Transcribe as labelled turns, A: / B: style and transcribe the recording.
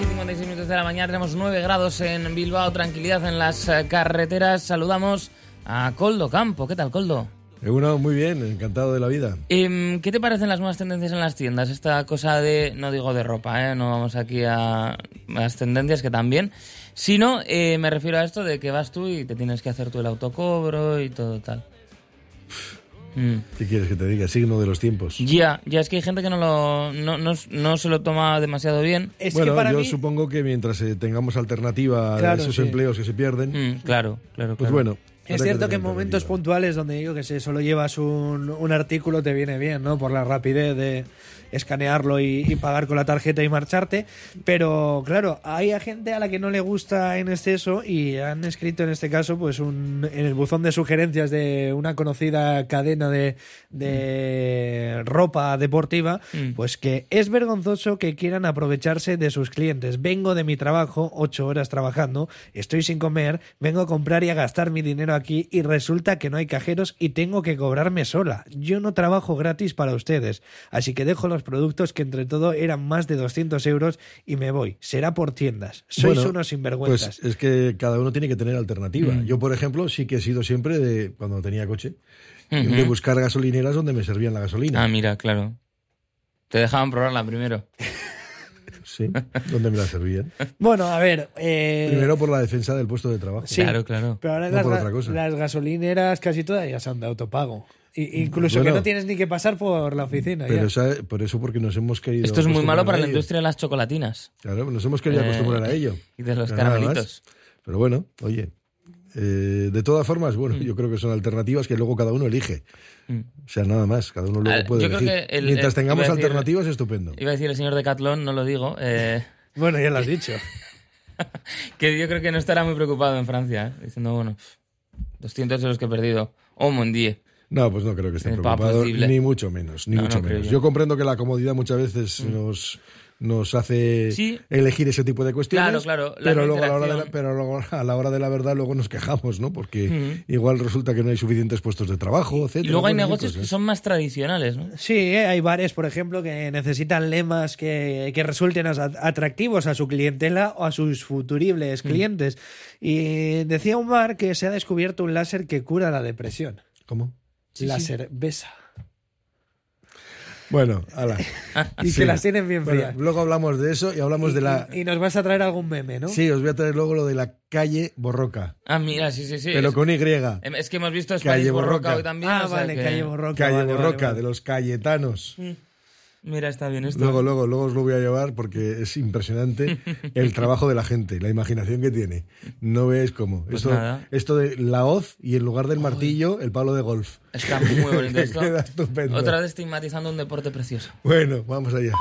A: 10 de la mañana tenemos 9 grados en Bilbao, tranquilidad en las eh, carreteras. Saludamos a Coldo Campo. ¿Qué tal, Coldo?
B: Bueno, muy bien, encantado de la vida.
A: Em, ¿Qué te parecen las nuevas tendencias en las tiendas? Esta cosa de, no digo de ropa, ¿eh? no vamos aquí a a las tendencias que también, sino eh, me refiero a esto de que vas tú y te tienes que hacer tú el autocobro y todo tal. Mm.
B: ¿Qué quieres que te diga? Signo de los tiempos.
A: Ya, ya es que hay gente que no, lo, no, no- no se lo toma demasiado bien.
C: Es
B: bueno,
C: que para
B: yo
C: mí,
B: supongo que mientras eh, tengamos alternativa a
C: Claro,
B: esos
C: sí.
B: empleos que se pierden,
A: Mm, claro, claro, claro.
B: pues bueno. habrá
C: es
B: que
C: cierto
B: tener
C: que en momentos
B: alternativa.
C: puntuales donde yo que sé, solo llevas un, un artículo te viene bien, ¿no? Por la rapidez de escanearlo y, y pagar con la tarjeta y marcharte. Pero claro, hay a gente a la que no le gusta en exceso y han escrito en este caso, pues un, en el buzón de sugerencias de una conocida cadena de, de
B: Mm.
C: ropa deportiva,
A: Mm.
C: pues que es vergonzoso que quieran aprovecharse de sus clientes. Vengo de mi trabajo, ocho horas trabajando, estoy sin comer, vengo a comprar y a gastar mi dinero aquí y resulta que no hay cajeros y tengo que cobrarme sola. Yo no trabajo gratis para ustedes, así que dejo los productos que entre todo eran más de 200 euros y me voy. Será por tiendas. Sois
B: Bueno,
C: unos sinvergüenzas.
B: Pues es que cada uno tiene que tener alternativa.
A: Mm.
B: Yo, por ejemplo, sí que he sido siempre de cuando tenía coche, de
A: Ujú.
B: buscar gasolineras donde me servían la gasolina.
A: Ah, mira, claro. Te dejaban probarla primero.
C: Ah.
B: Sí, donde me la servían.
C: Bueno, a ver. eh,
B: Primero por la defensa del puesto de trabajo.
C: Sí.
A: Claro, claro.
C: Pero ahora
B: No
C: las,
B: por
C: ga-
B: otra cosa.
C: las gasolineras casi todas ya son de autopago. I- incluso
B: Mm, Bueno.
C: que no tienes ni que pasar por la oficina.
B: Pero
C: ya.
B: esa- por eso, porque nos hemos querido.
A: Esto es muy malo
B: acostumbrar
A: para
B: a
A: la
B: ello.
A: industria de las chocolatinas
B: Claro, nos hemos querido
A: Eh,
B: acostumbrar a ello.
A: y de los
B: Pero nada más.
A: caramelitos.
B: Pero bueno, oye. eh, de todas formas, bueno, yo creo que son alternativas que luego cada uno elige.
A: Mm.
B: O sea, nada más, cada uno luego
A: Al-
B: puede
A: yo creo
B: elegir.
A: que el-
B: Mientras
A: el-
B: tengamos
A: iba a decir-
B: alternativas, estupendo.
A: Iba a decir el señor de Catlón, no lo digo, eh,
C: Bueno, ya lo has dicho.
A: que yo creo que no estará muy preocupado en Francia, ¿eh? diciendo, bueno, 200 euros que he perdido, o mon dieu.
B: No, pues no creo que esté
A: Eh, pa,
B: preocupado,
A: posible.
B: ni mucho menos, ni
A: No,
B: mucho
A: no creo
B: menos.
A: yo. Mm.
B: Yo. comprendo que la comodidad muchas veces nos, nos hace
A: Sí.
B: elegir ese tipo de
A: Claro,
B: cuestiones,
A: claro, la
B: pero,
A: no
B: luego a la hora de la,
A: interacción.
B: pero luego a la hora de la verdad luego nos quejamos, ¿no? Porque
A: Mm.
B: igual resulta que no hay suficientes puestos de trabajo, etc.
A: Y luego hay negocios
B: ¿eh?
A: que son más tradicionales, ¿no?
C: Sí, eh, hay bares, por ejemplo, que necesitan lemas que, que resulten as- atractivos a su clientela o a sus futuribles
B: Mm.
C: clientes. Y decía un bar que se ha descubierto un láser que cura la depresión.
B: ¿Cómo?
C: láser besa.
B: Bueno, ala.
A: Ah,
C: Y
B: Ah, Sí.
C: que las tienen bien
B: Bueno,
C: frías.
B: luego hablamos de eso y hablamos de la...
C: Y nos vas a traer algún meme, ¿no?
B: Sí, os voy a traer luego lo de la calle Borroca,
A: Ah, mira, sí, sí, sí.
B: pero
A: es,
B: con Y.
A: em, es que hemos visto
B: Calle
A: España Borroca
B: Borroca.
A: hoy también.
C: Ah,
A: o sea
C: vale,
A: que-
C: calle borroca.
B: Calle
C: vale, vale,
B: Borroca,
C: vale.
B: de los cayetanos.
A: Mira, está bien esto.
B: Luego, luego, luego os lo voy a llevar porque es impresionante el trabajo de la gente, la imaginación que tiene. No veis cómo.
A: Pues
B: esto,
A: nada.
B: esto de la hoz y en lugar del martillo, el palo de golf.
A: Está muy bonito esto.
B: Queda estupendo.
A: Otra vez estigmatizando un deporte precioso.
B: Bueno, vamos allá.